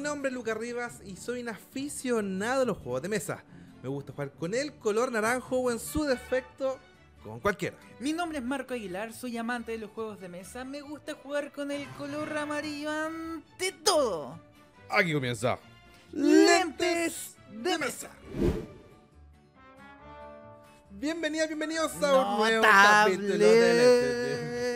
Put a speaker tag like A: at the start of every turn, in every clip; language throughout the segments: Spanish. A: nombre es Lucas Rivas y soy un aficionado a los juegos de mesa. Me gusta jugar con el color naranjo o en su defecto con cualquiera.
B: Mi nombre es Marco Aguilar, soy amante de los juegos de mesa. Me gusta jugar con el color amarillo ante todo.
A: Aquí comienza.
B: Lentes de mesa.
A: Bienvenidas, bienvenidos a un nuevo capítulo de Lentes de-
B: Notable.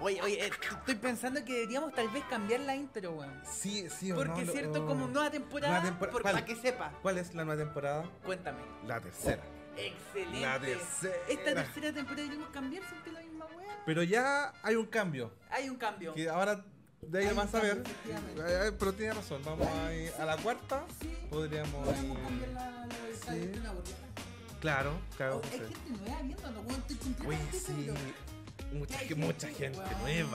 B: Oye, oye, eh, estoy pensando que deberíamos tal vez cambiar la intro, weón.
A: Sí, sí, o no,
B: Porque
A: lo-
B: cierto,
A: oh.
B: como nueva temporada,
A: Nueva tempora-
B: por-
A: ¿cuál?
B: para que sepa,
A: ¿Cuál es la nueva temporada?
B: cuéntame.
A: La tercera.
B: Excelente.
A: La tercera.
B: Esta tercera temporada deberíamos cambiar siempre la misma weón.
A: Pero ya hay un cambio.
B: Hay un cambio.
A: Que ahora de
B: Hay
A: ahí
B: un
A: más a
B: cambio,
A: ver.
B: efectivamente.
A: Eh, eh, Pero tiene razón. Vamos ahí a la cuarta.
B: Sí.
A: Podríamos.
B: Podríamos
A: ahí-
B: cambiar la, la verdad,
A: sí.
B: es una aburrida.
A: Claro, claro.
B: Oh, hay
A: José.
B: gente nueva viéndolo, weón, estoy
A: Oye,
B: completamente
A: sí.
B: seguro.
A: Mucha,
B: Hay
A: que mucha gente
B: weón,
A: nueva,
B: hay
A: hermano,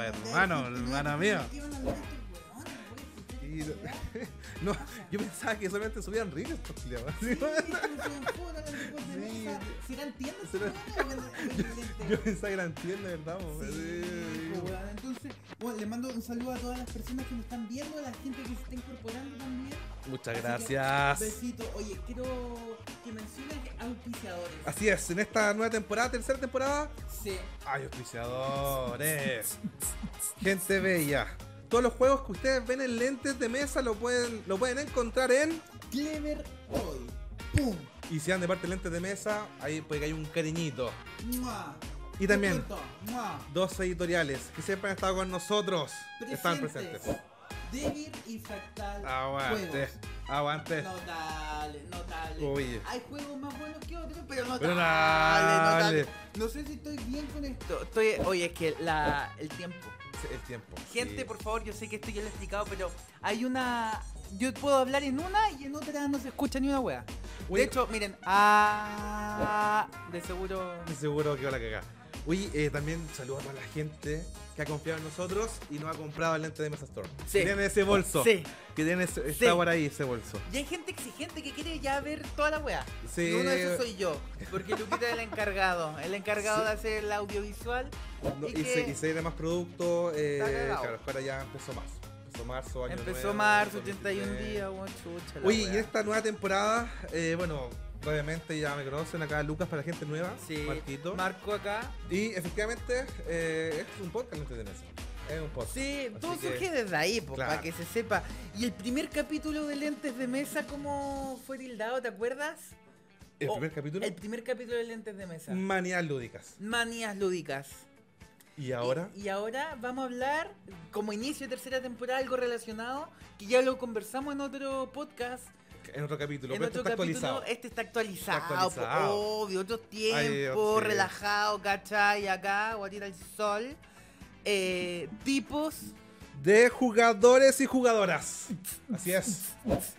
B: gente nueva
A: hermana
B: que
A: mía.
B: se llevan a los estos weones, weón,
A: Y-
B: escuchar esta weá.
A: No, yo pensaba que solamente subían reels pues, estos culiados.
B: Sí, se enfocan en el juego de
A: Sí.
B: mesa. Si la entiendes,
A: Se la-
B: weón, es excelente.
A: Yo pensaba que eran 100 de verdad, pues. po,
B: Sí, pues,
A: sí.
B: weón, Entonces, weón, le mando un saludo a todas las personas que nos están viendo, a la gente que se está incorporando también.
A: Muchas
B: Así que,
A: gracias.
B: Besito. Oye, quiero que menciones auspiciadores.
A: Así es, en esta nueva temporada, tercera temporada,
B: Sí.
A: hay auspiciadores. Gente bella. Todos los juegos que ustedes ven en lentes de mesa lo pueden, lo pueden encontrar en.
B: Clever Toy. ¡Pum!
A: Y si dan de parte de lentes de mesa, ahí puede que hay un cariñito.
B: ¡Mua!
A: Y también
B: Punto. ¡Mua!
A: dos editoriales que siempre han estado con nosotros. Están presentes. Ah, este,
B: David y Fractal.
A: Aguante,
B: Juegos.
A: aguante.
B: Notable, notable.
A: Oye.
B: Hay juegos más buenos que otros, pero notable,
A: Pero
B: notable.
A: dale.
B: No sé si estoy bien con esto. Estoy, oye, es que la, el tiempo.
A: El tiempo.
B: Gente,
A: sí.
B: por favor, yo sé que esto ya lo he explicado, pero hay una. Yo puedo hablar en una y en otra no se escucha ni una wea.
A: Oye.
B: De hecho, miren, ah, de seguro.
A: Estoy Seguro que va a cagar. Oye, eh, también saludo a toda la gente que ha confiado en nosotros y nos ha comprado el lente de Mesa Store.
B: Sí.
A: Que tiene ese bolso.
B: Sí.
A: Que tiene ese-
B: Sí.
A: está por ahí ese bolso.
B: Y hay gente exigente que quiere ya ver toda la wea.
A: Sí.
B: Y uno de esos soy yo, porque Lupita es el encargado, el encargado
A: Sí.
B: de hacer el audiovisual.
A: No, y,
B: y
A: se,
B: que-
A: y se viene más producto. eh,
B: Está cagao.
A: claro, ahora ya empezó marzo. Empezó marzo, año
B: Empezó
A: nuevo,
B: marzo,
A: 2023.
B: 81 días, weón, chucha. la
A: Oye, y este
B: wea.
A: en esta nueva temporada, eh, bueno, obviamente ya me conocen acá Lucas para la gente nueva.
B: Sí,
A: Marquito.
B: Marco acá.
A: y efectivamente, eh, este es un podcast lente de Mesa. Es un podcast.
B: Sí,
A: Así
B: todo
A: que-
B: surge desde ahí, po,
A: Claro.
B: para que se sepa. Y el primer capítulo de Lentes de Mesa, ¿cómo fue tildado? ¿Te acuerdas?
A: El
B: Oh,
A: primer capítulo.
B: El primer capítulo de Lentes de Mesa.
A: Manías lúdicas.
B: Manías lúdicas.
A: Y ahora.
B: Y, y ahora vamos a hablar, como inicio de tercera temporada, algo relacionado, que ya lo conversamos en otro podcast.
A: En otro capítulo,
B: en
A: pero
B: otro
A: esto está
B: capítulo,
A: actualizado.
B: este está actualizado,
A: Está actualizado.
B: po, obvio, otro
A: Ay,
B: tiempo,
A: Dios, sí.
B: relajado, ¿cachai? Acá, guatita al sol. Eh, tipos
A: De jugadores y jugadoras. Así es.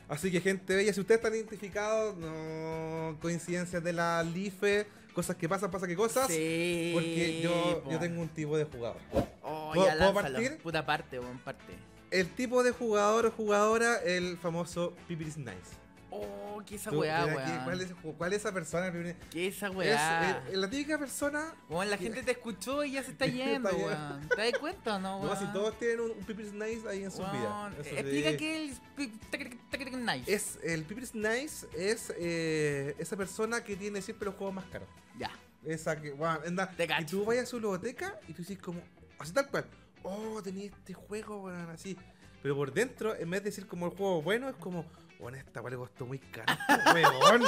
A: Así que, gente bella, si ustedes están identificados, no coincidencias de la LIFE, cosas que pasan, pasa que cosas.
B: Sí,
A: Porque yo,
B: po.
A: yo tengo un tipo de jugador.
B: Oh,
A: ¿Puedo-
B: ya
A: puedo
B: lánzalo.
A: partir?
B: Puta parte, weón, parte.
A: El tipo de jugador o jugadora, el famoso Pipiris Nice.
B: Oh, qué esa
A: Tú,
B: weá,
A: mira aquí,
B: weón.
A: ¿cuál, es, ¿Cuál es esa persona? Pipiris Nice?
B: Qué esa
A: Es,
B: weá.
A: eh, la típica persona.
B: Weón, la gente te escuchó y ya se está
A: Está
B: yendo,
A: bien.
B: weón. ¿Te das cuenta o no, weón?
A: No, si todos tienen un, un Pipiris Nice ahí en sus
B: Weón, eh,
A: vidas. en sus
B: Explica
A: vidas.
B: qué es el pi- tac- tac- tac- nice.
A: Es, el Pipiris Nice es eh, esa persona que tiene siempre los juegos más caros.
B: Ya.
A: Esa que, bueno, anda,
B: Te
A: y
B: cacho.
A: tú vayas a su biblioteca y tú dices como, así tal cual, oh, tenía este juego, weón, así. Pero por dentro, en vez de decir como el juego bueno, es como, bueno, esta weá le costó muy caro, weón.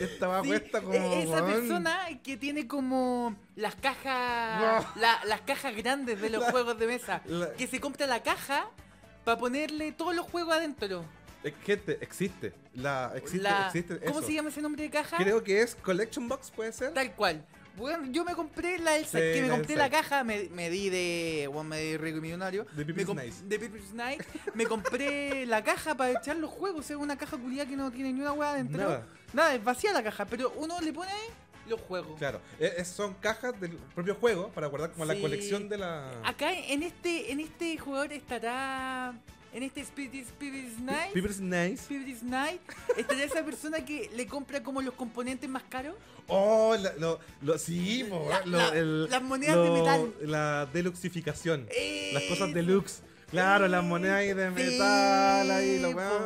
A: Esta weá
B: Sí,
A: cuesta como,
B: e- esa
A: weón,
B: persona que tiene como las cajas la- las cajas grandes de los
A: La-
B: juegos de mesa
A: la-
B: que se compra la caja para ponerle todos los juegos adentro
A: Eh, Gente, existe, la, existe,
B: La-
A: existe
B: ¿cómo
A: eso.
B: se llama ese nombre de caja?
A: Creo que es Collection Box, ¿puede ser?
B: Tal cual. Bueno, yo me compré la Elsa,
A: Sí,
B: que me
A: la
B: compré
A: Elsa.
B: la caja, me, me di de. Bueno, me di rico y millonario.
A: De
B: me
A: Pipi's
B: com-
A: Nice.
B: De Pipi's Nice. Me compré la caja para echar los juegos. Es una caja culiada que no tiene ni una hueá adentro.
A: Nada.
B: Nada, es vacía la caja, pero uno le pone ahí los juegos.
A: Claro, eh, eh, son cajas del propio juego para guardar como la
B: Sí. Ah,
A: colección de la...
B: Acá en este, en este jugador estará. En este Pipi's Pipi's Nice.
A: Pipiris Nice.
B: Pipi's Nice. Estará esa persona que le compra como los componentes más caros.
A: Oh, la- lo, lo- sí, po,
B: La-
A: lo-
B: la-
A: el-
B: las monedas de metal.
A: La deluxificación. Las cosas
B: Eso.
A: deluxe. Claro, las monedas ahí de
B: Sí,
A: metal, ahí, la
B: po.
A: weá.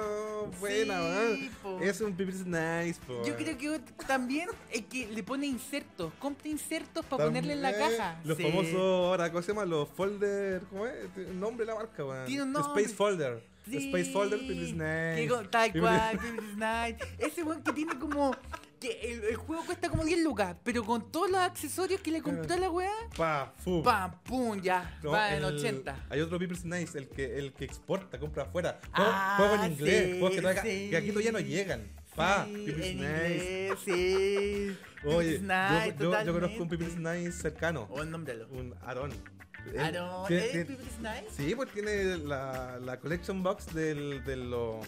A: buena, weón.
B: po.
A: Es un People's Nice, po.
B: Yo creo que también es que le pone insertos, compra insertos para ponerle en la
A: También,
B: caja.
A: Los
B: Sí.
A: famosos, ahora, ¿cómo se llama? Los folder, ¿cómo es? Tiene un nombre la marca, weón.
B: Tiene un nombre.
A: Space Folder.
B: Sí,
A: Space Folder, People's Nice.
B: que con- tal
A: People-
B: cual, People's Night. Ese weón que tiene como. Que el, el juego cuesta como 10 lucas, pero con todos los accesorios que le compró la weá,
A: Pa, fu.
B: ¡pam! ¡pum! Ya,
A: No,
B: va en
A: el-
B: 80.
A: Hay otro People's Nice, el que, el que exporta, compra afuera. Juego,
B: Ah,
A: juego en inglés,
B: sí,
A: juegos que, no haga-
B: sí.
A: que aquí todavía no llegan. Pa,
B: Sí,
A: People's
B: en
A: Nice.
B: inglés, sí.
A: Oye,
B: People's Night,
A: yo, yo, yo conozco un
B: totalmente.
A: People's Nice Eh, cercano,
B: Oh, nómbralo. Ah, ¿eh?
A: un Aaron. Él-
B: Aaron,
A: tiene-
B: ¿eres
A: tiene-
B: People's Night?
A: Sí, pues tiene la, la collection box del, del um,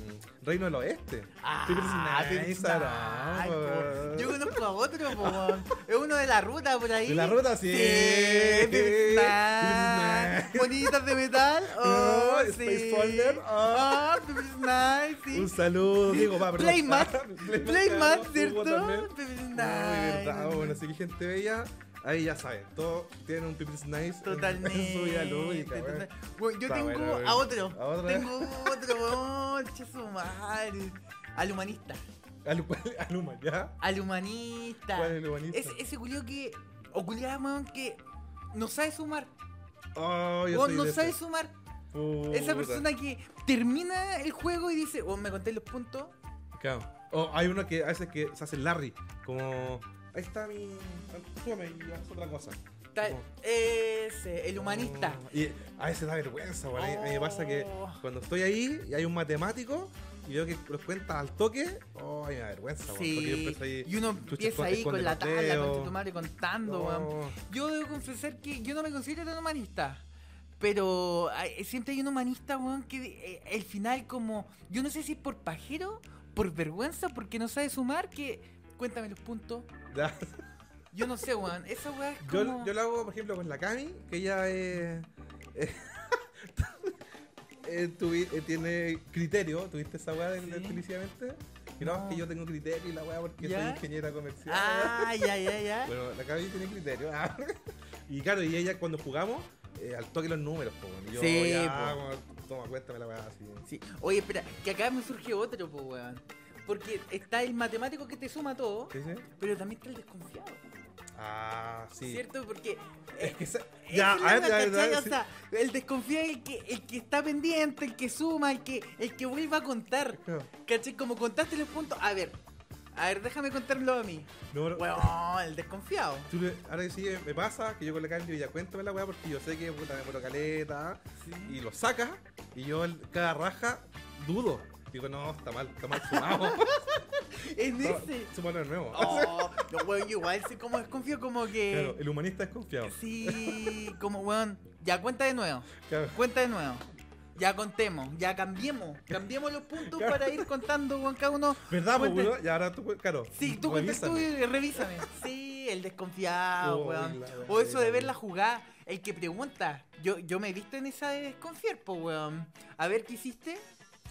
A: Reino del Oeste.
B: Ah,
A: People's
B: People's
A: Nice, pues. Aaron,
B: Night, po.
A: weón.
B: Yo conozco a otro, po, weón. Es uno de la ruta por ahí.
A: De la ruta, sí.
B: Sí, People's
A: People's
B: Night. Bonitas de metal. Oh,
A: No,
B: sí.
A: Space Folder, oh.
B: Ah, People's Night,
A: Un
B: sí.
A: saludo, Diego, va, perdón.
B: Playmat.
A: Playmat,
B: Playmat,
A: claro,
B: ¿cierto?
A: Hugo también.
B: People's
A: Uy,
B: Night.
A: verdad, bueno, así que gente bella, ahí ya saben, todos tienen un People's Nice en-
B: Totalmente.
A: en su vida lúdica, weón.
B: total- Bueno, yo
A: Está
B: tengo
A: bueno, weón.
B: a otro.
A: ¿A otro? eh.
B: Tengo otro, weón. Che su madre. Al humanista.
A: Al- cuál- al Luma, ¿ya?
B: Al humanista.
A: ¿Cuál es el humanista?
B: Ese, ese culiao que. O culiao, weón, que no sabe sumar.
A: Oh, yo
B: Weón,
A: soy
B: no
A: de
B: sabe
A: ese.
B: sumar.
A: Puta.
B: Esa persona que termina el juego y dice, weón, me conté los puntos.
A: Claro. O hay uno que a veces que se hace Larry, como... Ahí está mi... Súbame y haz otra cosa.
B: Tal-
A: Como-
B: ese, el humanista.
A: Oh, y a veces da vergüenza, weón. A mí- A mí me pasa que
B: Oh.
A: cuando estoy ahí y hay un matemático y veo que los cuentas al toque, oh, ay, me da vergüenza, weón. Porque yo
B: Sí.
A: empiezo ahí.
B: Y uno
A: chucha,
B: empieza
A: esconde-
B: ahí con
A: esconde
B: la
A: los
B: tabla,
A: dedos.
B: con tu madre contando,
A: No.
B: weón. Yo debo confesar que yo no me considero tan humanista. Pero hay- siempre hay un humanista, weón, que eh, el final como... Yo no sé si es por pajero, por vergüenza, porque no sabe sumar, que... Cuéntame los puntos.
A: Ya.
B: Yo no sé, weón. Esa weá es
A: Yo,
B: como...
A: yo lo hago, por ejemplo, con la Cami, que ella eh, eh, eh, tuvi- eh, tiene criterio. ¿Tuviste esa weá del
B: Sí.
A: del felicitamente? Que no,
B: No.
A: es que yo tengo criterio y la weá porque
B: ¿Ya?
A: soy ingeniera comercial.
B: Ah, ya, ya, ya.
A: Bueno, la Gaby tiene criterio. ah. Y claro, y ella cuando jugamos, eh, al toque los números, po, weón. Y yo,
B: Sí,
A: ya,
B: po.
A: como, toma, cuéntame la weá así.
B: Sí. Oye, espera, que acá me surge otro, po, weón. Porque está el matemático que te suma todo,
A: ¿Qué dice?
B: pero también está el desconfiado.
A: Ah, sí.
B: ¿Cierto? Porque...
A: Es que esa-
B: Ya,
A: Ya, a ver, a ver, a ver,
B: O
A: sí.
B: sea, el desconfiado es el que, el que está pendiente, el que suma, el que, el que vuelva a contar.
A: Claro.
B: ¿Cachai? Como contaste los puntos. A ver, a ver, déjame contarlo a mí.
A: Número-
B: Bueno, el desconfiado.
A: Tú le- ahora que sí, eh, me pasa que yo con la Gaby digo, ya cuéntame la weá porque yo sé que puta, me puro caleta. Y lo sacas, y yo el- cada raja dudo. Digo, no, está mal, está mal sumado.
B: En
A: Está-
B: ese.
A: Súmalo de nuevo.
B: Oh, no, weón, yo igual sé cómo desconfío, como
A: Claro,
B: que.
A: el humanista es confiado.
B: Sí, como weón. Ya cuenta de nuevo.
A: Claro.
B: Cuenta de nuevo. Ya contemos, ya cambiemos. Cambiemos los puntos
A: Claro.
B: para ir contando, weón, cada uno.
A: ¿Verdad, po,
B: Cuenta-
A: weón? Y ahora tú, claro. pues.
B: Sí, tú cuentas tú
A: revísame.
B: y revísame. Sí, el desconfiado,
A: Oh,
B: weón.
A: la
B: O eso de
A: weá.
B: ver la jugada, el que pregunta. Yo, yo me he visto en esa de desconfiar, po, weón. A ver qué hiciste,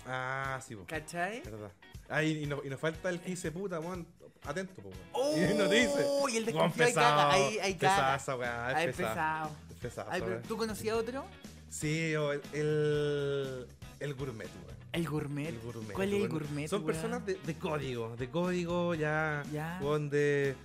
A: Ah, sí, po.
B: ¿cachai?
A: Verdad. Ah, y, y nos, y nos falta el que dice puta, weón. Atento, po, weón.
B: Oh,
A: y nos dice.
B: y
A: Weón,
B: el desconfiado, hay
A: pesado.
B: caca, hay, hay
A: pesado,
B: caca.
A: esa weá, es
B: Hay
A: pesado. eh.
B: pesado.
A: Es pesado,
B: Ay,
A: esa
B: pero
A: weá.
B: ¿Tú conocías otro?
A: Sí, o el, el, el gourmet, weón.
B: El gourmet.
A: El gourmet.
B: ¿Cuál es el
A: weón.
B: gourmet?
A: Son
B: weón?
A: personas de, de código, de código ya,
B: Ya.
A: weón, de,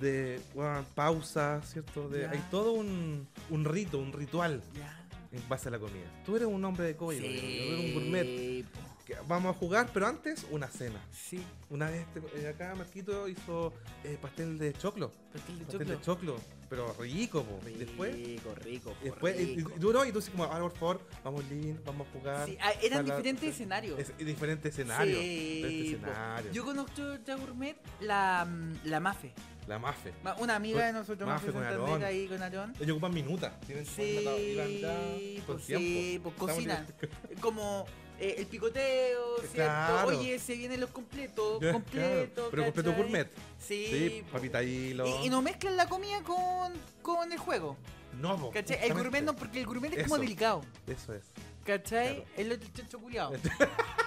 A: de weón, pausa, ¿cierto? De,
B: Ya.
A: Hay todo un, un rito, un ritual
B: Ya.
A: en base a la comida. Tú eres un hombre de código, yo eres un gourmet.
B: po.
A: Que- Vamos a jugar, pero antes una cena.
B: Sí,
A: Una vez este- eh, acá Marquito hizo eh, pastel de choclo.
B: pastel de
A: pastel
B: choclo.
A: de choclo. Pero rico, po. Después,
B: Rico, rico, po,
A: después y- y-
B: rico.
A: y duró y tú así como, ahora por favor, vamos Living, vamos a jugar.
B: Sí, ah, eran
A: Para-
B: diferentes escenarios.
A: Es, es diferente escenario.
B: Sí,
A: diferente
B: po.
A: escenario.
B: Yo conozco a Gourmet, la, mm, la Mafe.
A: La Mafe.
B: Ma- Una amiga de nosotros,
A: Mafe
B: Mafe
A: con
B: Santander,
A: Aarón.
B: ahí con Aarón.
A: Ellos ocupan minutas. Tienen
B: Sí,
A: iban ya con
B: pues sí,
A: tiempo.
B: pues
A: Estamos
B: cocinan.
A: ya-
B: Como eh, el picoteo, ¿cierto?
A: Claro.
B: Oye, se vienen los completos,
A: Claro,
B: completos.
A: Pero completo
B: pues, ¿cachai?
A: gourmet.
B: Sí.
A: Sí,
B: po.
A: papita hilo.
B: y, y no mezclan la comida con, con el juego.
A: No, po,
B: ¿Cachai? El
A: Oh, justamente.
B: gourmet no, porque el gourmet es como
A: Eso.
B: delicado.
A: Eso es.
B: ¿Cachai?
A: Claro.
B: El otro chancho culiao.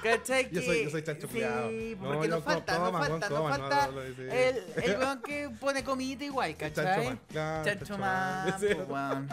B: ¿Cachai?
A: Yo soy, yo
B: que-
A: soy chancho culiao.
B: Sí, pues,
A: No,
B: porque
A: yo
B: nos
A: como-
B: falta, nos
A: coman,
B: falta,
A: coman,
B: nos
A: no,
B: falta.
A: no, no, sí.
B: El, el weón que pone comidita igual,
A: El chancho
B: ¿cachai?
A: man, claro,
B: Chancho
A: man.
B: man,
A: Sí.
B: po, weón.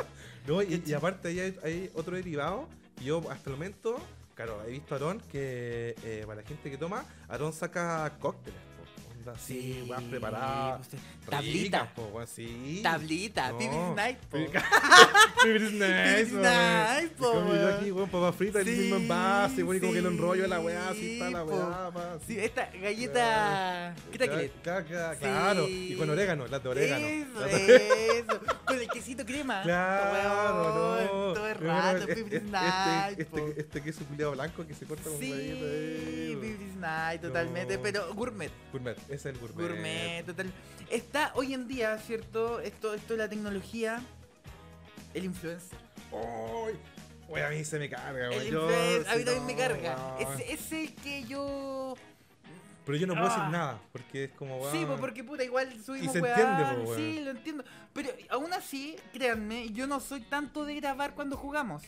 A: No, y, y aparte ahí hay, hay otro derivado. Yo hasta el momento Claro, he visto a Aarón que eh, para la gente que toma, Aarón saca cócteles. po. Onda así, weas preparadas.
B: usted-
A: ricas,
B: pues, Tablita.
A: po, weón, sí.
B: Tablita.
A: No.
B: Tiffany Night. po.
A: Tiffany's nice,
B: Tiffany's
A: weón.
B: nice, po,
A: Y como yo
B: weón.
A: aquí, weón, papas fritas, el mismo
B: Sí,
A: envase, weón, y como que lo enrollo a la weá,
B: sí,
A: así está la
B: po.
A: weá, pa,
B: Sí,
A: así.
B: esta galleta. Cracklet.
A: Ca- ca-
B: Sí.
A: Claro, y con orégano, las de orégano.
B: Eso,
A: Las de-
B: eso. Con el quesito crema.
A: Claro,
B: Weón,
A: no.
B: Todo el
A: Pero
B: rato,
A: bueno,
B: Pibri's
A: este-
B: Night.
A: Este,
B: po.
A: este, este queso culiado blanco que se corta con huevito, eh,
B: Sí,
A: weón.
B: Pibri's Night, totalmente.
A: No.
B: Pero gourmet.
A: Gourmet, ese es el gourmet.
B: Gourmet, total. Está hoy en día, ¿cierto? Esto, esto de la tecnología, el influencer.
A: ¡Ay! Güey, a mí se me carga,
B: El
A: güey. Yo,
B: influencer, a
A: sí,
B: mí también
A: no,
B: me carga.
A: güey.
B: Es, es el que yo.
A: Pero yo no puedo
B: Ah.
A: decir nada, porque es como, güey.
B: Sí, pues porque puta, igual subimos
A: se
B: weá,
A: entiende, pues, weón.
B: Sí, lo entiendo. Pero aún así, créanme, yo no soy tanto de grabar cuando jugamos.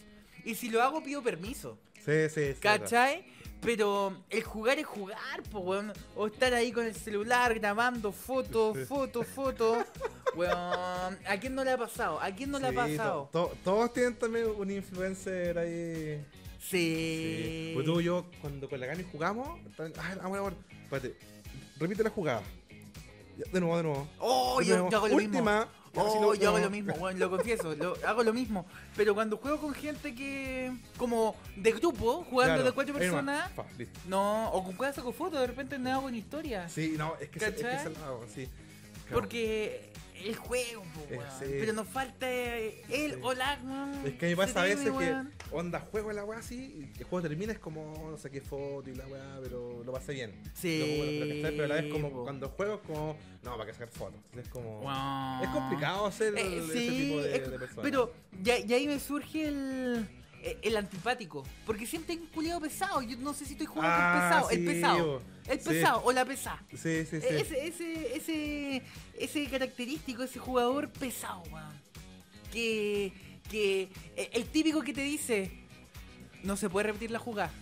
B: Y si lo hago, pido permiso.
A: Sí, sí, sí.
B: ¿Cachai? Pero el jugar es jugar, po, weón. O estar ahí con el celular grabando foto,
A: Sí.
B: foto, foto. Weón. ¿A quién no le ha pasado? ¿A quién no le ha
A: Sí,
B: pasado?
A: to- to- todos tienen también un influencer ahí.
B: Sí.
A: Sí. Pues tú y yo, cuando con la Gani jugamos. tal- Ah, amor, amor. Espérate. Repite la jugada. Ya, De nuevo, de nuevo.
B: Oh,
A: De
B: yo,
A: nuevo.
B: yo hago lo mismo.
A: Última. Ya,
B: Oh,
A: si no,
B: yo hago
A: no.
B: lo mismo, weón, lo confieso, lo, hago lo mismo. Pero cuando juego con gente que. como de grupo, jugando
A: Claro,
B: de cuatro
A: ahí nomás.
B: personas,
A: Pa, listo.
B: no, o con cuál saco fotos, de repente no hago una historia.
A: Sí, no, es que se- es que
B: ¿Cachai?
A: se la hago, sí. Claro.
B: Porque el juego, po,
A: Eh,
B: weón.
A: sí.
B: Pero nos falta eh, el
A: Sí.
B: o la, weón.
A: Es que a mí pasa a
B: Se
A: veces
B: teme,
A: que
B: weón.
A: onda juego la weá así, y el juego termina es como no sé qué foto y la weá, pero lo pasé bien.
B: Sí,
A: Lo juego, lo que sea, pero a la vez como
B: po.
A: cuando juego es como, no, para que sacar fotos. Entonces es como.
B: Weón.
A: Es complicado ser
B: Eh,
A: ese
B: sí,
A: tipo de,
B: es co-
A: de persona.
B: pero ya, ya ahí me surge el, eh, el antipático. Porque siempre hay un culiado pesado. Yo no sé si estoy jugando
A: Ah,
B: con el
A: sí,
B: pesado.
A: bo.
B: El pesado. El
A: Sí.
B: pesado o la pesada.
A: Sí, sí, sí.
B: E- Ese, ese, ese, ese característico, ese jugador pesado, weón. Que, que e- el típico que te dice, no se puede repetir la jugada.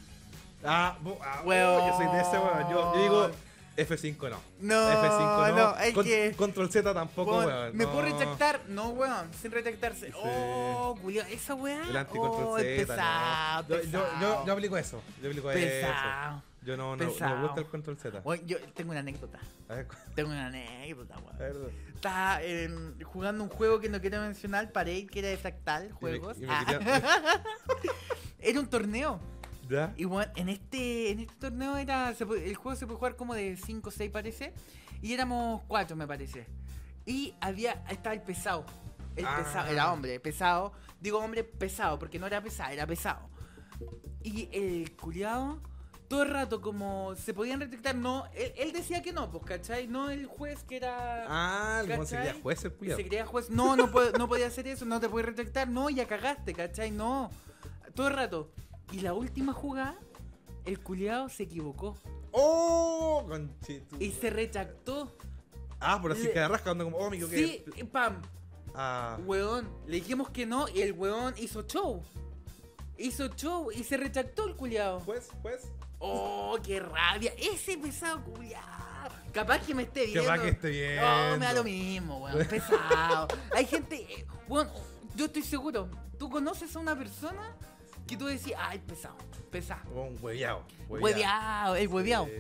A: Ah, bo- ah, oh,
B: Weón.
A: yo soy de ese weón. Yo, yo digo F5 no. F5 no. Con- Control Z tampoco,
B: Weón,
A: weón.
B: ¿Me
A: no.
B: puedo rejectar? No, weón, sin rejectarse. Oh, culiao, esa weá.
A: El anticontrol
B: oh,
A: Z.
B: es pesado,
A: no. Yo-
B: pesado.
A: Yo, yo, yo aplico eso. Yo aplico eso.
B: pesado.
A: Yo no, no, no
B: Pesado.
A: me gusta el control Z.
B: Weón, yo tengo una anécdota.
A: A ver, cu-
B: Tengo una anécdota, weón.
A: a ver.
B: Estaba eh, jugando un juego que no quiero mencionar, Parade, que era de fractal, juegos.
A: y me
B: Ah. era un torneo.
A: ¿Ya?
B: Y bueno, en este, en este torneo era. se pu- el juego se puede jugar como de 5 o 6 parece. Y éramos 4 me parece. Y había. estaba el pesado. El
A: Ah.
B: pesado. Era hombre, pesado. Digo hombre pesado, porque no era pesado, era pesado. Y el culiado. Todo el rato, como se podían detectar, no, él, él decía que no, pues, ¿cachai? No el juez que era.
A: Ah, el weón
B: ¿Cachai?
A: sería juez el culiao.
B: Se creía juez. No, no, po- no podía hacer eso, no te puedes retractar. No, ya cagaste, ¿cachai? No. Todo el rato. Y la última jugada, el culiado se equivocó.
A: ¡Oh! Conchito.
B: Y se retractó.
A: Ah, por así
B: Le-
A: que arrasca, anda como, oh, me equivoqué.
B: Sí, pam,
A: Ah.
B: weón. Le dijimos que no y el weón hizo show. Hizo show y se retractó el culiado.
A: Juez, juez.
B: Oh, qué rabia. Ese pesado culiado. Capaz que me esté
A: Que
B: viendo.
A: va que esté bien.
B: No, me da lo mismo, weón. Pesado. Hay gente, eh, weón, yo estoy seguro. Tú conoces a una persona que tú decís, ay, pesado, pesado.
A: Un hueveado.
B: Hueveado, el hueveado.
A: Sí.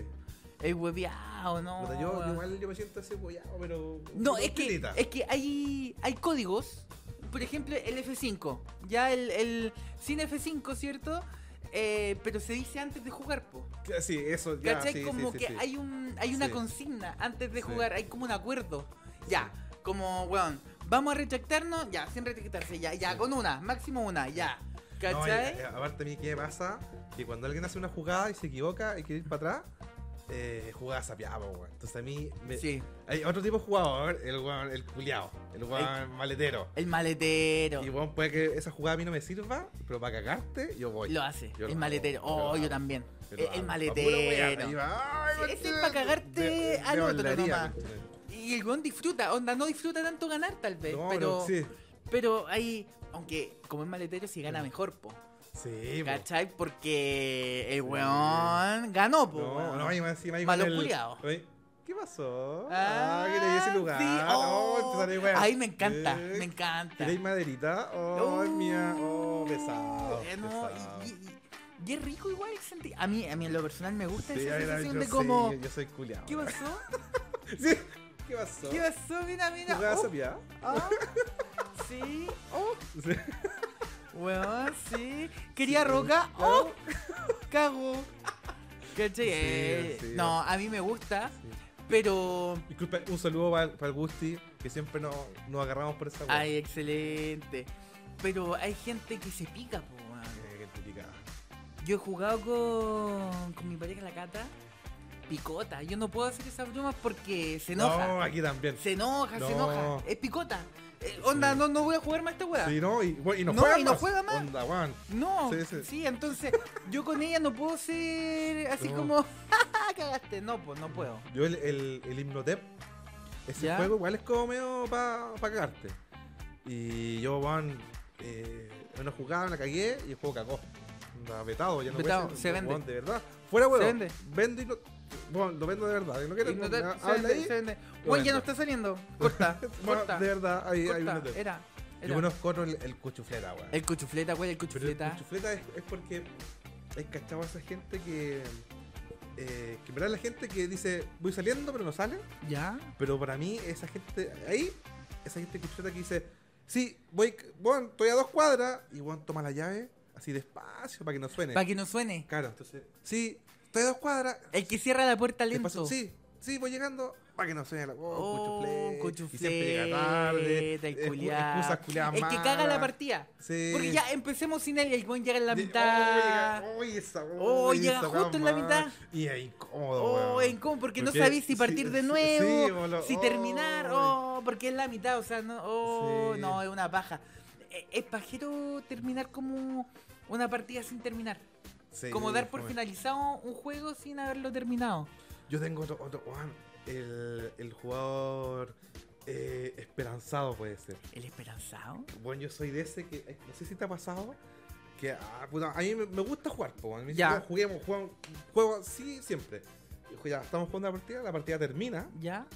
B: El hueveado, no.
A: Puta, Yo
B: weón.
A: igual yo me siento ese hueveado, pero.
B: No,
A: con
B: es que,
A: pilita.
B: es que hay, hay códigos. Por ejemplo, el F5. Ya el, el sin F5, ¿cierto? Eh, pero se dice antes de jugar, po.
A: Que- Sí, eso, ya.
B: ¿Cachai?
A: sí, sí,
B: como
A: sí,
B: que
A: sí.
B: hay un hay una
A: Sí.
B: consigna antes de
A: Sí.
B: jugar, hay como un acuerdo. Ya, como, weón, vamos a retractarnos, ya, sin retractarse, ya, ya,
A: Sí.
B: con una, máximo una, ya.
A: No, y-
B: ¿Cachai?
A: y eh, aparte, a mí, ¿qué pasa? Que cuando alguien hace una jugada y se equivoca y quiere ir para atrás, eh, jugada sapeada, po, weón. Entonces a mí. Me,
B: Sí,
A: Hay otro tipo de jugador, el weón, el culiao, el weón maletero.
B: el maletero.
A: Y bueno, puede que esa jugada a mí no me sirva, pero para cagarte, yo voy.
B: Lo hace,
A: Yo lo
B: el
A: hago,
B: maletero.
A: yo lo
B: Oh, yo,
A: hago,
B: también.
A: Yo lo
B: El,
A: hago.
B: el
A: A puro wear, ahí
B: maletero.
A: va. Ay,
B: Sí, ese es
A: conche-
B: pa' cagarte
A: de-
B: al
A: de
B: otro
A: bailaría,
B: nomás.
A: conche.
B: Y el weón disfruta, onda, no disfruta tanto ganar tal vez,
A: No,
B: pero,
A: pero sí.
B: pero ahí, aunque como es maletero, si gana
A: Pero-
B: mejor, po.
A: Sí, pues. po.
B: ¿Cachai? Porque el
A: Sí.
B: weón ganó, po.
A: No,
B: weón.
A: no, y más encima ahí
B: Malo
A: con el-
B: culiao.
A: Oye, ¿Qué pasó?
B: Ah,
A: Ah, quería ese lugar.
B: sí,
A: No,
B: oh,
A: te sale weá.
B: Ay, me encanta,
A: Eh,
B: me encanta.
A: ¿Queréis maderita? Oh, es mía. Oh,
B: Uh,
A: pesado.
B: eh, no,
A: pesado.
B: y, y- y- Y es rico igual el senti- A mí, a mí en lo personal me gusta
A: Sí,
B: esa
A: ahora
B: sensación
A: yo
B: de
A: sé,
B: como.
A: Yo, yo soy culiado.
B: ¿Qué pasó?
A: Sí, ¿Qué pasó?
B: ¿Qué pasó? Mira, mira.
A: ¿Jugabas
B: Oh,
A: a piar?
B: ah, sí. Oh,
A: Sí.
B: weón, sí. Quería
A: Sí,
B: roca. Oh, cago. ¿Cachai?
A: Sí,
B: Eh,
A: sí.
B: No, a mí me gusta, pero.
A: Disculpa, un saludo para, el Gusti, que siempre nos, nos agarramos por esa hueá.
B: Ay, excelente. Pero hay gente que se pica, po, weón.
A: Eh, gente picada.
B: Yo he jugado con, con mi pareja la cata. Picota. Yo no puedo hacer esas bromas porque se enoja.
A: No, aquí también.
B: Se enoja, se
A: No.
B: enoja. Es picota. Eh, onda,
A: Sí.
B: no, no voy a jugar más esta weá.
A: Sí, no, y, bueno, y no,
B: No,
A: juega
B: y no
A: más.
B: juega más.
A: Onda, weón.
B: No,
A: Sí,
B: sí,
A: sí.
B: entonces yo con ella no puedo ser así
A: No.
B: como, "Ja, ja, cagaste. No, pues no puedo.
A: Yo el, el, el Hipnotep, ese
B: ¿Ya?
A: juego igual es como medio para cagarte. Y yo, weón, eh, una jugada, la cagué y el juego cagó. Onda, vetado, ya no puede
B: Vetado,
A: ser,
B: se vende.
A: weón, de verdad. Fuera, weón.
B: vende.
A: Vendo y no- weón, lo vendo de verdad. que no quiero,
B: Hipnotel-
A: me-
B: se
A: habla
B: vende,
A: ahí.
B: se vende.
A: lo
B: Uy, ya
A: vendo.
B: no está saliendo. Corta,
A: Bueno,
B: corta,
A: de verdad, hay, hay
B: corta.
A: Hipnotep.
B: Era,
A: Yo
B: era.
A: conozco otro, el, el cuchufleta, weón.
B: El cuchufleta, güey, el
A: Pero el
B: cuchufleta.
A: cuchufleta es, es porque hay cachado a esa gente que. eh, que en verdad la gente que dice voy saliendo pero no sale.
B: ¿Ya?
A: Pero para mí, esa gente. Ahí, esa gente cuchufleta que dice. Sí, voy, bueno, estoy a dos cuadras y bueno, toma la llave así despacio para que no suene.
B: Para que no suene.
A: Claro, entonces. Sí, estoy a dos cuadras.
B: El que cierra la puerta
A: despacio,
B: lento.
A: sí, sí, voy llegando. Para que no suene la
B: Oh,
A: oh, cuchufleta. Y
B: cuchufleta,
A: siempre llega tarde.
B: el
A: eh,
B: culiao.
A: excusas culiadas
B: El que caga la
A: malas.
B: partida.
A: Sí.
B: Porque ya empecemos sin él y el buen llega en la
A: De-
B: mitad.
A: Oh, llega, oh, esa-
B: Oh, llega
A: esa
B: justo en la
A: weá.
B: mitad.
A: Y es incómodo.
B: Oh,
A: weón.
B: en cómo, porque no
A: Porque
B: sabís si
A: sí,
B: partir de
A: sí,
B: nuevo,
A: sí, boludo.
B: si terminar,
A: Oh.
B: oh, porque es la mitad, o sea, no, oh,
A: Sí.
B: no, es una paja. E- Es pajero terminar como una partida sin terminar,
A: Sí,
B: como dar por
A: fome.
B: finalizado un juego sin haberlo terminado.
A: Yo tengo otro, otro weón, el, el jugador eh, esperanzado puede ser.
B: El esperanzado.
A: Bueno, yo soy de ese que, eh, no sé si te ha pasado, que ah, puta, a mí me, me gusta jugar, po, weón. Me dice, "Ya,
B: Ya.
A: Juguemos, jugamos, juego así siempre. Y dijo, ya, estamos jugando la partida, la partida termina
B: ¿Ya?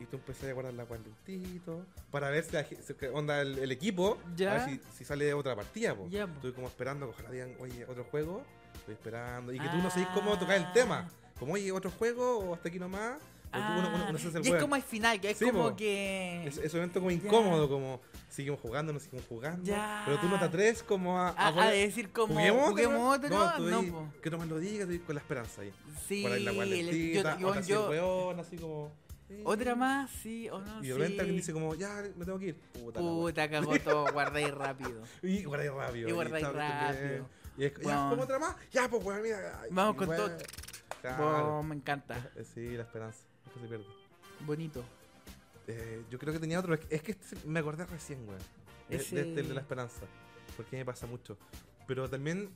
A: y tú empecé a guardar la cualentito para ver si, la ge- si- que onda el, el equipo,
B: Ya.
A: a ver si, si sale otra partida, po.
B: Ya, po.
A: Estuve como esperando, que ojalá digan, oye, otro juego, estoy esperando, y que tú no sabes cómo
B: Ah.
A: tocar el tema. Como, oye, otro juego, o hasta aquí nomás, o tú, uno, uno, uno se hace el
B: Ah, y es
A: weón.
B: como al final, que es
A: Sí,
B: como
A: po.
B: que...
A: Es, es un momento como
B: Ya.
A: incómodo, como seguimos jugando, no seguimos jugando.
B: Ya.
A: Pero tú no te atreves como a,
B: A, a
A: poner-
B: decir como,
A: ah, ¿Juguemos otro?
B: juguemos otro, no,
A: tú ahí,
B: po.
A: que no me lo digas, estoy con la esperanza ahí.
B: Sí,
A: Guardar la
B: el- yo-
A: cualentita,
B: yo-
A: o así el
B: yo-
A: weón, así como...
B: otra más, sí, o no,
A: Y de repente alguien
B: Ah, sí.
A: dice como, ya, me tengo que ir. Puta, la wea.
B: Puta, cagó todo, guardé rápido.
A: Y guardáis rápido.
B: Y guardáis
A: está,
B: rápido.
A: Y es, ya,
B: Bueno.
A: ¿cómo otra más? Ya, pues, weón, mira. ay,
B: Vamos con
A: weón.
B: todo.
A: Claro.
B: Oh, me encanta.
A: Eh, Sí, la esperanza. Nunca se pierde.
B: Bonito.
A: Eh, yo creo que tenía otro. Es que, es que este- me acordé recién, weón. De,
B: Ese-
A: de este, el de la esperanza. Porque me pasa mucho. Pero también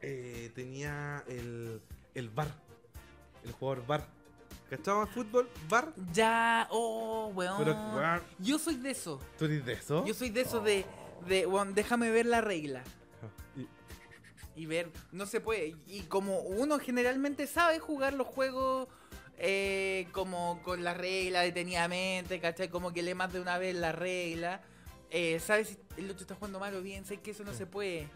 A: eh, tenía el, el bar. El jugador bar. ¿Cachabas fútbol? Bar.
B: Ya, oh, weón.
A: Pero, weón,
B: Yo soy de eso.
A: ¿tú eres de eso?
B: Yo soy de eso de,
A: Oh.
B: de, weón, déjame ver la regla.
A: Y-
B: Y ver, no se puede. Y como uno generalmente sabe jugar los juegos eh, como con la regla detenidamente, ¿cachai? Como que lee más de una vez la regla. Eh, sabes si el otro está jugando mal o bien, sé que eso no se puede.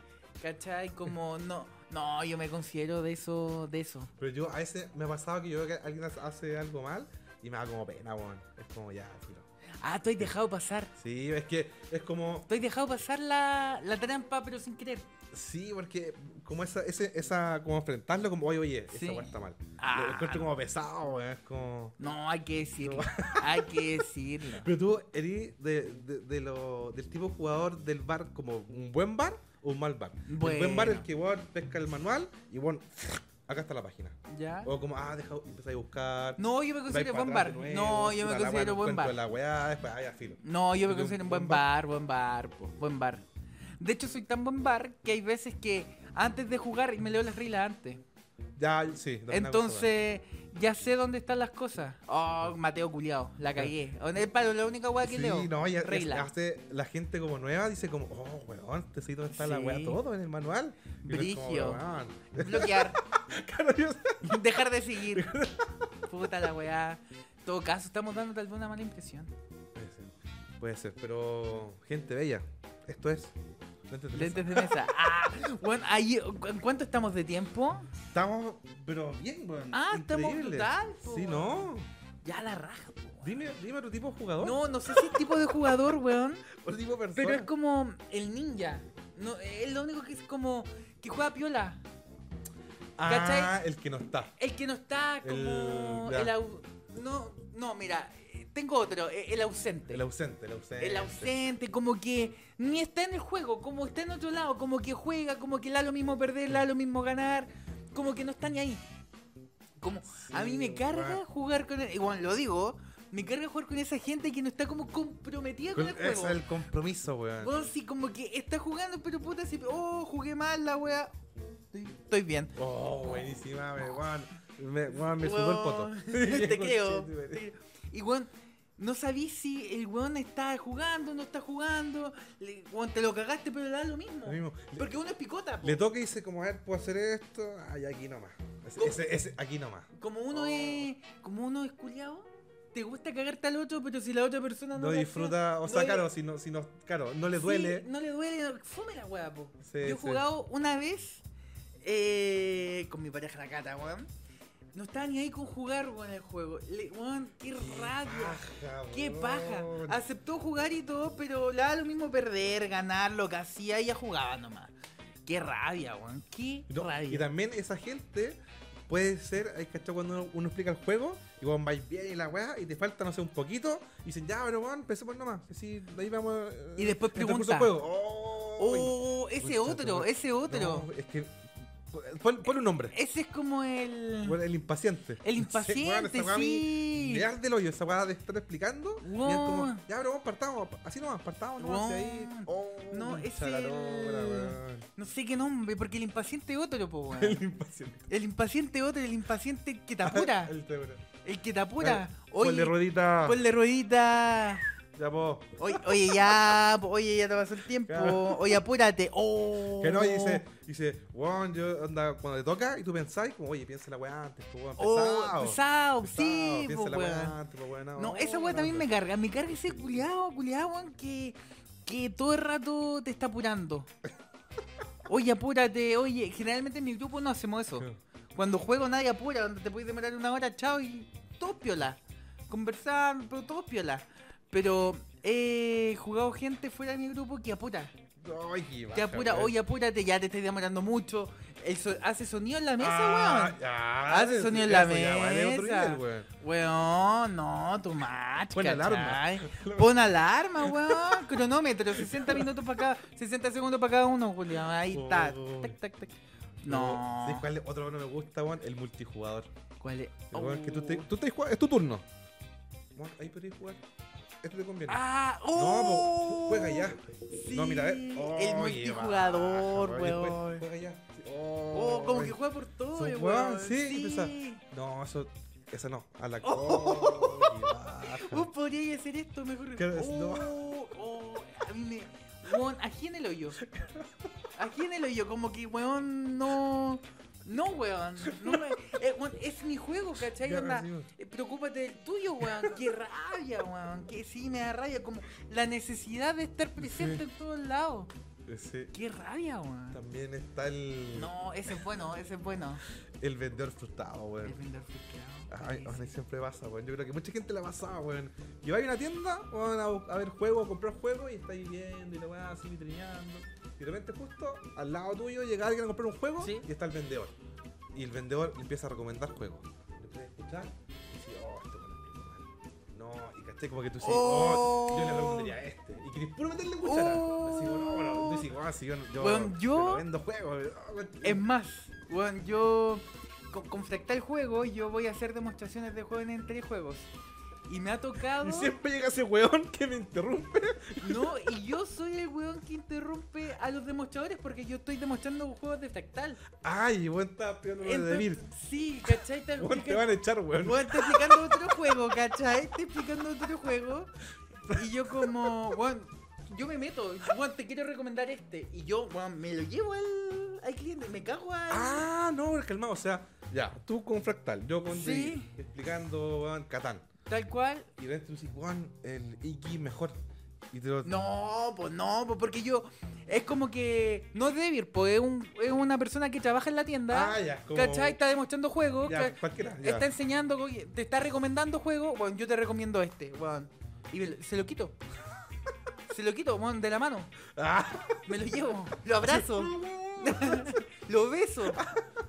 B: ¿Cachai? Como no. No, yo me considero de eso, de eso.
A: Pero yo a veces me ha pasado que yo veo que alguien hace- hace algo mal y me da como pena, weón. Es como ya, filo.
B: Ah, estoy dejado pasar.
A: Sí, es que es como.
B: Estoy dejado pasar la, la trampa, pero sin querer.
A: Sí, porque como esa, ese, esa, como enfrentarlo, como oye, oye,
B: Sí.
A: esa weá está mal.
B: Ah.
A: Lo encuentro como pesado, weón. Es como.
B: No, hay que decirlo. Hay que decirlo.
A: Pero tú eres de, de, de lo, del tipo de jugador del bar, como un buen bar o un mal bar. El buen bar es el
B: Bueno.
A: que weón pesca el manual y weón, acá está la página.
B: ¿Ya?
A: O como, ah, deja, empezáis a buscar.
B: No, yo me considero
A: vais
B: buen
A: para
B: bar.
A: atrás de nuevo,
B: No, yo me
A: puta, la weá,
B: considero
A: no
B: buen
A: encuentro La
B: bar.
A: weá, después, ah, ya, filo.
B: No, yo me
A: Yo
B: considero un
A: buen
B: buen bar, buen bar, po, buen bar. De hecho, soy tan buen bar que hay veces que antes de jugar me leo las reglas antes.
A: Ya, sí. también hago esa
B: Entonces, ya sé dónde están las cosas. Oh, Mateo culiao, la cagué. Es para la única weá
A: weá.
B: que
A: Sí,
B: leo.
A: no, ya, ya-
B: regla.
A: ya hace- la gente como nueva dice como, oh, weón, te sé dónde está la
B: Sí.
A: weá todo en el manual. Y uno es como,
B: Brigio.
A: "Weón".
B: Bloquear,
A: Claro, yo-
B: dejar de seguir. Puta la weá. En todo caso, estamos dando tal vez una mala impresión.
A: Puede ser, puede ser, pero gente bella, esto es Lentes de
B: Lentes de mesa. Ah, weón, ahí, ¿en cuánto estamos de tiempo?
A: mesa. Estamos, pero bien, weón.
B: Ah, estamos
A: Increíble.
B: brutal, po,
A: Sí,
B: weón.
A: no.
B: Ya la raja, po, weón.
A: Dime, dime otro tipo de jugador.
B: No, no sé si es tipo de jugador, weón.
A: Otro tipo de persona.
B: Pero es como el ninja. No, es lo único que es como que juega piola.
A: Ah,
B: ¿cachai?
A: el que no está.
B: El que no está como.
A: El- ya.
B: El, au- no, no, mira, eh, tengo otro, eh, el ausente.
A: El ausente, el ausente.
B: El ausente, como que ni está en el juego, como está en otro lado, como que juega, como que le da lo mismo perder, le da lo mismo ganar, como que no está ni ahí. Como, a mí me
A: Sí,
B: carga
A: weón.
B: jugar con. Igual lo digo, me carga jugar con esa gente que no está como comprometida con,
A: Con-
B: el
A: ese
B: juego.
A: es el compromiso, weón.
B: Weón, sí, como que está jugando, pero puta, si. Oh, jugué mal la wea. Estoy, estoy bien.
A: Oh, buenísima, me- weón. Me, weón, me sudó el poto.
B: Weón, Te creo. te creo. Y weón, no sabís si el weón está jugando, no está jugando. Le- Weón, te lo cagaste, pero le da lo mismo.
A: Lo mismo. Le,
B: Porque uno es picota. po.
A: le toca y dice, como, a ver, puedo hacer esto. Ay, aquí nomás. Ese,
B: ¿Cómo?
A: ese, ese- aquí nomás.
B: Como uno
A: Oh.
B: es. Como uno es culiado, te gusta cagarte al otro, pero si la otra persona no.
A: No
B: lo
A: disfruta,
B: hace,
A: o sea,
B: no le-
A: claro, si no, si no, claro, no le
B: Sí,
A: duele.
B: no le duele. no- Fume la weá, po.
A: Sí,
B: Yo he
A: sí.
B: jugado una vez eh, con mi pareja la cata, weón. No estaba ni ahí con jugar, weón, el juego. Le- weón, qué rabia.
A: Paja,
B: Qué
A: weón.
B: paja. Aceptó jugar y todo, pero le daba lo mismo perder, ganar, lo que hacía, ella jugaba nomás. Qué rabia, weón. Qué
A: No, y
B: rabia.
A: también esa gente puede ser, hay que cuando uno, uno explica el juego y vos vais bien y la weá y te falta, no sé, un poquito y dicen, ya, pero weón, empecemos nomás. Así, de ahí vamos. eh,
B: Y después
A: en el transcurso
B: pregunta.
A: del juego. Oh,
B: Oh, ese
A: Pucha, tu
B: otro,
A: madre.
B: ese otro.
A: no, es que. Pon, pon un nombre.
B: Ese es como el.
A: Bueno, el impaciente.
B: el
A: weón,
B: impaciente,
A: esa weá a mí
B: sí.
A: Me arde el hoyo, esa weá de estar explicando. Y es como,
B: Weón.
A: ya, pero vamos, partamos. Así nomás, partamos nomás. y ahí.
B: Weón.
A: Oh,
B: No, es
A: concha la
B: el-
A: lora, weón.
B: No sé qué nombre, porque el impaciente otro, po, weón.
A: El impaciente.
B: El impaciente otro, el impaciente que te apura.
A: El te apura.
B: El que te apura.
A: Ponle
B: Ah. Oye,
A: ruedita.
B: ponle ruedita.
A: Ya, po.
B: Oye, oye, ya, po, oye, ya te pasó el tiempo.
A: Claro.
B: Oye, apúrate. Oh.
A: Que no, y dice, dice, weón, yo, onda, cuando te toca y tú pensás, como, oye, piensa la weá antes, po, weón,
B: Oh,
A: pesado.
B: pesado,
A: pesado,
B: sí, po,
A: piensa la
B: weón.
A: weá antes, po, weón.
B: No,
A: oh,
B: esa weá
A: no,
B: también
A: no.
B: me carga. Me carga ese culiado, culiado, weón, que, que todo el rato te está apurando. Oye, apúrate, oye. Generalmente en mi grupo no hacemos eso. Cuando juego nadie apura, donde te puedes demorar una hora, chao, y todo piola. Conversar, pero todo piola. Pero he jugado gente fuera de mi grupo que apura.
A: Ay, qué
B: Te
A: baja,
B: apura,
A: weón.
B: oye, apúrate, ya te estoy demorando mucho. El so- hace sonido en la mesa,
A: Ah,
B: weón.
A: ya,
B: Hace
A: sí,
B: sonido en
A: ya,
B: la
A: eso ya vale otro
B: mesa.
A: nivel, weón.
B: Weón, no, tu match,
A: Pon alarma.
B: Pon alarma, weón. Cronómetro, 60 minutos para cada, 60 segundos para cada uno, Julián. Ahí está.
A: Oh. pues.
B: Tac, tac, tac. No.
A: ¿Sabes cuál es otro que no me gusta, weón? El multijugador.
B: ¿Cuál es?
A: El weón que tú te,
B: Oh.
A: tú te juegas, es tu turno. Weón, ahí podrías jugar. Esto te conviene.
B: Ah,
A: No,
B: oh.
A: po, juega ya.
B: Sí,
A: No, mira, eh. Oh, qué
B: el multijugador,
A: baja, weón.
B: weón.
A: Después, juega ya. Sí,
B: Oh, como
A: weón.
B: que juega por todo,
A: Son-
B: weón.
A: weón, sí,
B: sí.
A: empieza. No, eso. Esa no. A la
B: Oh.
A: Oh,
B: Uh, podría hacer esto mejor.
A: ¿Qué es? No.
B: Oh, oh, a mí me. Weón, aquí en el hoyo. Aquí en el hoyo, como que weón no. No, weón. No me- eh, weón, es mi juego, ¿cachai?
A: Ya,
B: Onda,
A: sí, weón.
B: eh, preocúpate del tuyo, weón. Qué rabia, weón. Que sí me da rabia. Como la necesidad de estar presente
A: Sí.
B: en todos lados.
A: Ese-
B: Qué rabia, weón.
A: También está el.
B: No, ese es bueno, ese es bueno.
A: El vendedor frustrado,
B: El
A: weón.
B: vendedor frustrado.
A: Ay, weón, siempre pasa, weón. Yo creo que mucha gente la pasaba, weón. Lleváis a una tienda, weón, a, bu- a ver juegos, a comprar juegos y estáis viendo y la weá así vitrineando. Y de repente, justo al lado tuyo llega alguien a comprar un juego
B: Sí.
A: y está el vendedor. Y el vendedor le empieza a recomendar juegos. Lo empieza a escuchar y dice, oh, esto con el No, y caché como que tú dices, oh, yo le recomendaría a este. Y querés puro meterle cuchara.
B: Oh.
A: Así, bueno, bueno, tú dices, "Oh, si yo, yo,
B: Weón,
A: te
B: yo-
A: lo vendo juegos. oh, weón".
B: Es más, weón, yo con, con Fractal Juego, yo voy a hacer demostraciones de juego en entre juegos. Y me ha tocado.
A: Y siempre llega ese weón que me interrumpe.
B: No, y yo soy el weón que interrumpe a los demostradores porque yo estoy demostrando juegos de fractal.
A: Ay, weón, estaba pegando lo de
B: Entonces,
A: Devir.
B: sí, ¿cachai? Te
A: Weón, te
B: explican-
A: van a echar, weón.
B: Weón, está explicando otro juego, ¿cachai? Está explicando otro juego. Y yo como, weón, yo me meto, weón, te quiero recomendar este. Y yo, weón, me lo llevo al, al cliente, me cago al...
A: Ah, no, weón, calmado. O sea, ya, tú con Fractal, yo con
B: Sí.
A: Devir, explicando, weón, Catán.
B: Tal cual,
A: Y de repente tú dices, weón, el Iki mejor. Y te lo-
B: No, pues no, pues porque yo. Es como que. No es débil, pues es, un- es una persona que trabaja en la tienda.
A: Ah, ya, como-
B: ¿Cachai? Está demostrando juegos.
A: Ya,
B: ca-
A: cualquiera. ya.
B: Está enseñando, oye, te está recomendando juegos. Bueno, yo te recomiendo este, weón. Y me lo- se lo quito. Se lo quito, weón, de la mano.
A: Ah,
B: Me lo llevo. Lo abrazo. lo beso.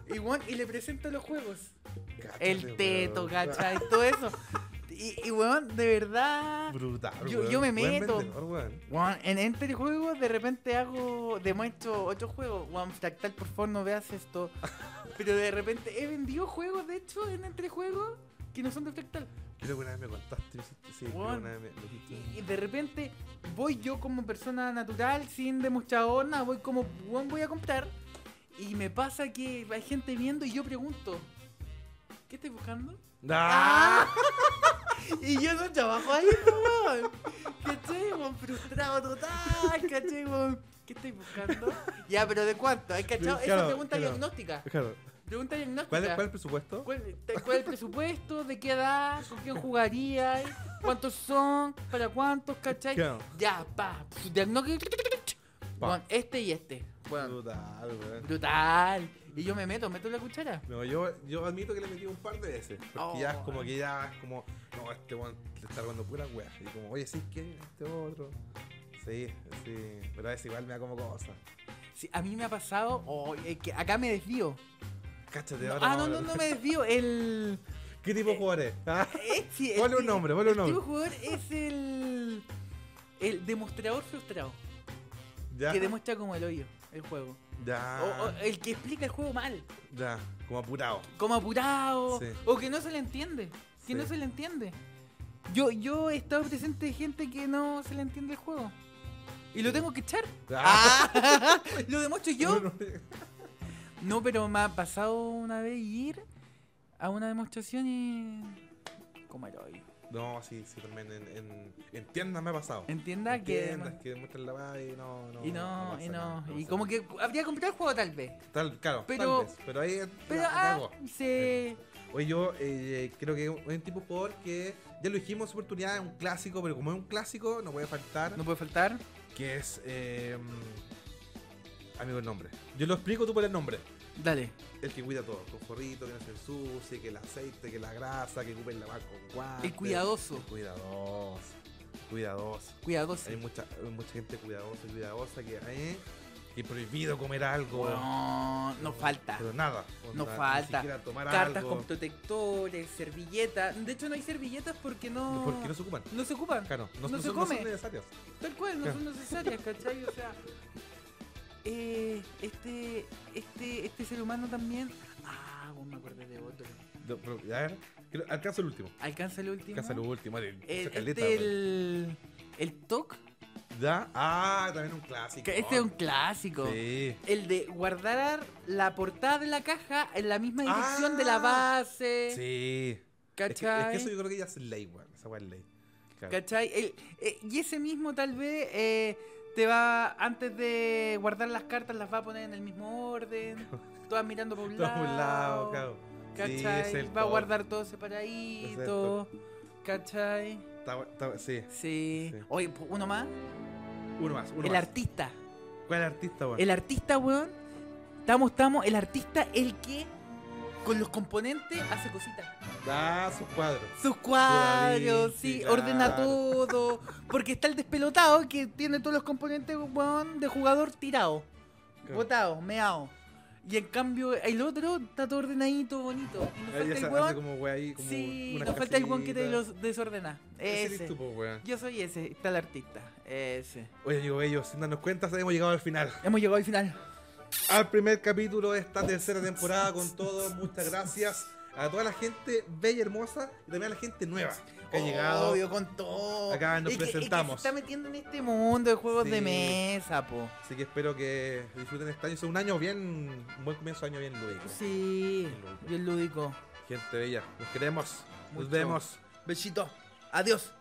B: Y, weón, y le presento los juegos.
A: cáchate,
B: El teto,
A: weón.
B: ¿cachai? Todo eso. Y, y weón, de verdad.
A: Brutal,
B: Yo-
A: weón.
B: yo me
A: Buen
B: meto.
A: vendedor, weón.
B: Weón, en este juego de repente hago, demuestro otro juego, One Fractal por favor no veas esto, pero de repente he vendido juegos de hecho en entre juegos que no son de Fractal.
A: Creo que una vez me contaste, hiciste- sí, creo que
B: Weón.
A: una vez me, me dijiste.
B: Y, y de repente voy yo como persona natural, sin demostrador, nada, voy como, weón voy a comprar y me pasa que hay gente viendo y yo pregunto, ¿qué estoy buscando?
A: ¡Ah!
B: Y yo no trabajo ahí, po, weón. ¿Cachai, weón? Frustrado total, ¿cachai, weón? ¿Qué estoy buscando? Ya, pero ¿de cuánto? ¿Hay cachado? Esa
A: Claro,
B: pregunta
A: claro.
B: diagnóstica.
A: Claro.
B: Pregunta diagnóstica.
A: ¿Cuál, es- ¿Cuál es el presupuesto?
B: ¿Cuál- te- cuál es el presupuesto? ¿De qué edad? ¿Con quién jugaría? ¿Cuántos son? ¿Para cuántos? ¿Cachai?
A: Claro.
B: Ya, pa. pf, Diagnóstico.
A: Pa.
B: Weón, este y este. Weón,
A: Brutal, weón.
B: brutal. Y yo me meto, meto la cuchara.
A: No, yo, yo admito que le metí un par de veces. Porque
B: Oh.
A: ya es como que ya es como, no, este weón le está robando pura weá. Y como, oye, sí, que este otro. Sí, sí. Pero es igual me da como cosa.
B: Sí, a mí me ha pasado, oh, es que acá me desvío.
A: Cáchate ahora.
B: Ah, no,
A: vamos a
B: no,
A: hablar.
B: no me desvío. El.
A: ¿Qué tipo de jugador es? Ah,
B: Eh, sí,
A: Ponle
B: el-
A: un nombre, ponle un
B: El tipo
A: nombre.
B: este jugador es el. El demostrador frustrado.
A: Ya. Ah.
B: Que Oh, demuestra como el hoyo el juego.
A: Ya.
B: O, o el que explica el juego mal.
A: Ya. Como apurado.
B: Como apurado.
A: Sí.
B: O que no se le entiende.
A: Sí.
B: Que no se le entiende. Yo, yo he estado presente de gente que no se le entiende el juego. Y lo tengo que echar.
A: Ah.
B: lo demuestro Ah, yo. No, pero me ha pasado una vez ir a una demostración y. Como el hoyo.
A: No, sí, sí, también en, en, en tiendas me ha pasado.
B: Entienda
A: En
B: que.
A: tiendas que demuestran la weá y no, no.
B: Y no,
A: pasa
B: y
A: nada,
B: no.
A: pasa
B: Y como
A: nada.
B: que habría que comprar el juego tal vez.
A: Tal, claro,
B: Pero-
A: tal vez, pero ahí es-
B: Pero
A: la- la
B: ah,
A: hago.
B: se.
A: Oye, yo eh, creo que es un- es un tipo de jugador que ya lo dijimos en su oportunidad, es un clásico, pero como es un clásico, no puede faltar.
B: No puede faltar.
A: Que es. eh, amigo, el nombre. Yo lo explico tú por el nombre.
B: Dale.
A: El que cuida todo, con forrito, que no se ensucie, que el aceite, que la grasa, que ocupen la vaca con guantes.
B: El cuidadoso.
A: El cuidadoso. Cuidadoso.
B: Cuidadoso.
A: Hay mucha, hay mucha gente cuidadosa y cuidadosa que eh, que prohibido comer algo.
B: No, no falta.
A: Pero nada.
B: No
A: onda,
B: falta.
A: Ni siquiera tomar
B: Cartas
A: algo.
B: con protectores, servilletas. De hecho, no hay servilletas porque no.
A: No, ¿Por qué no se ocupan?
B: no se ocupan.
A: Claro, no,
B: No
A: no
B: se
A: son, no
B: come.
A: son necesarios.
B: Tal cual, no
A: Claro.
B: son necesarias, ¿cachai? O sea. eh, este, este, este ser humano también. Ah, vos me acordé de otro.
A: No, pero, a ver, creo- alcanza el último.
B: Alcanza el último.
A: Alcanza el último. vale,
B: El,
A: esa caleta,
B: este,
A: vale.
B: el, el TOC.
A: Ya, Ah, también un clásico.
B: que Este es un clásico.
A: Sí.
B: El de guardar la portada de la caja en la misma dirección de la
A: Ah,
B: base.
A: Sí. Es que, es
B: ¿Cachai?
A: que eso yo creo que ya es ley, weón. Esa weá es ley. Claro.
B: ¿Cachai? El- eh, y ese mismo tal vez eh, te va, antes de guardar las cartas, las va a poner en el mismo orden. Todas mirando por un
A: Todo
B: lado.
A: a un lado, claro. Sí,
B: ¿Cachai?
A: es el
B: va a
A: top.
B: guardar todo separadito. ¿Cachai?
A: Está- está- sí.
B: Sí.
A: Sí.
B: Oye, pu- uno más.
A: Uno más, uno
B: el
A: más.
B: artista.
A: ¿Cuál artista, weón?
B: El artista, weón. Estamos, estamos. El artista, el que con los componentes hace cositas.
A: Ah, sus cuadros.
B: Sus cuadros,
A: Vinci,
B: sí,
A: claro.
B: ordena todo. Porque está el despelotado que tiene todos los componentes, weón, de jugador tirado.
A: Claro.
B: Botado, meado. Y en cambio, el otro está todo ordenadito, bonito. Y nos
A: Ahí
B: falta
A: hace-
B: el
A: hace
B: weón.
A: como weá ahí, como
B: Sí, nos
A: unas
B: falta el weón que te
A: casitas.
B: los desordena.
A: Ese eres
B: Ese.
A: tú, po, weón.
B: Yo soy ese, está el artista. Ese.
A: Oye, amigo bello, sin darnos cuenta, hemos llegado al final.
B: Hemos llegado al final.
A: al primer capítulo de esta tercera temporada con todo. Muchas gracias a toda la gente bella y hermosa y también a la gente nueva
B: Oh.
A: que ha llegado.
B: Obvio, con todo.
A: Acá nos
B: Y que- y que
A: presentamos.
B: se está metiendo en este mundo de juegos de
A: Sí.
B: mesa, po.
A: Así que espero que disfruten este año. Es un año bien, un buen comienzo de año bien lúdico.
B: Sí,
A: Bien lúdico.
B: bien lúdico.
A: Gente bella, nos queremos,
B: Mucho.
A: nos vemos.
B: Besito. Adiós.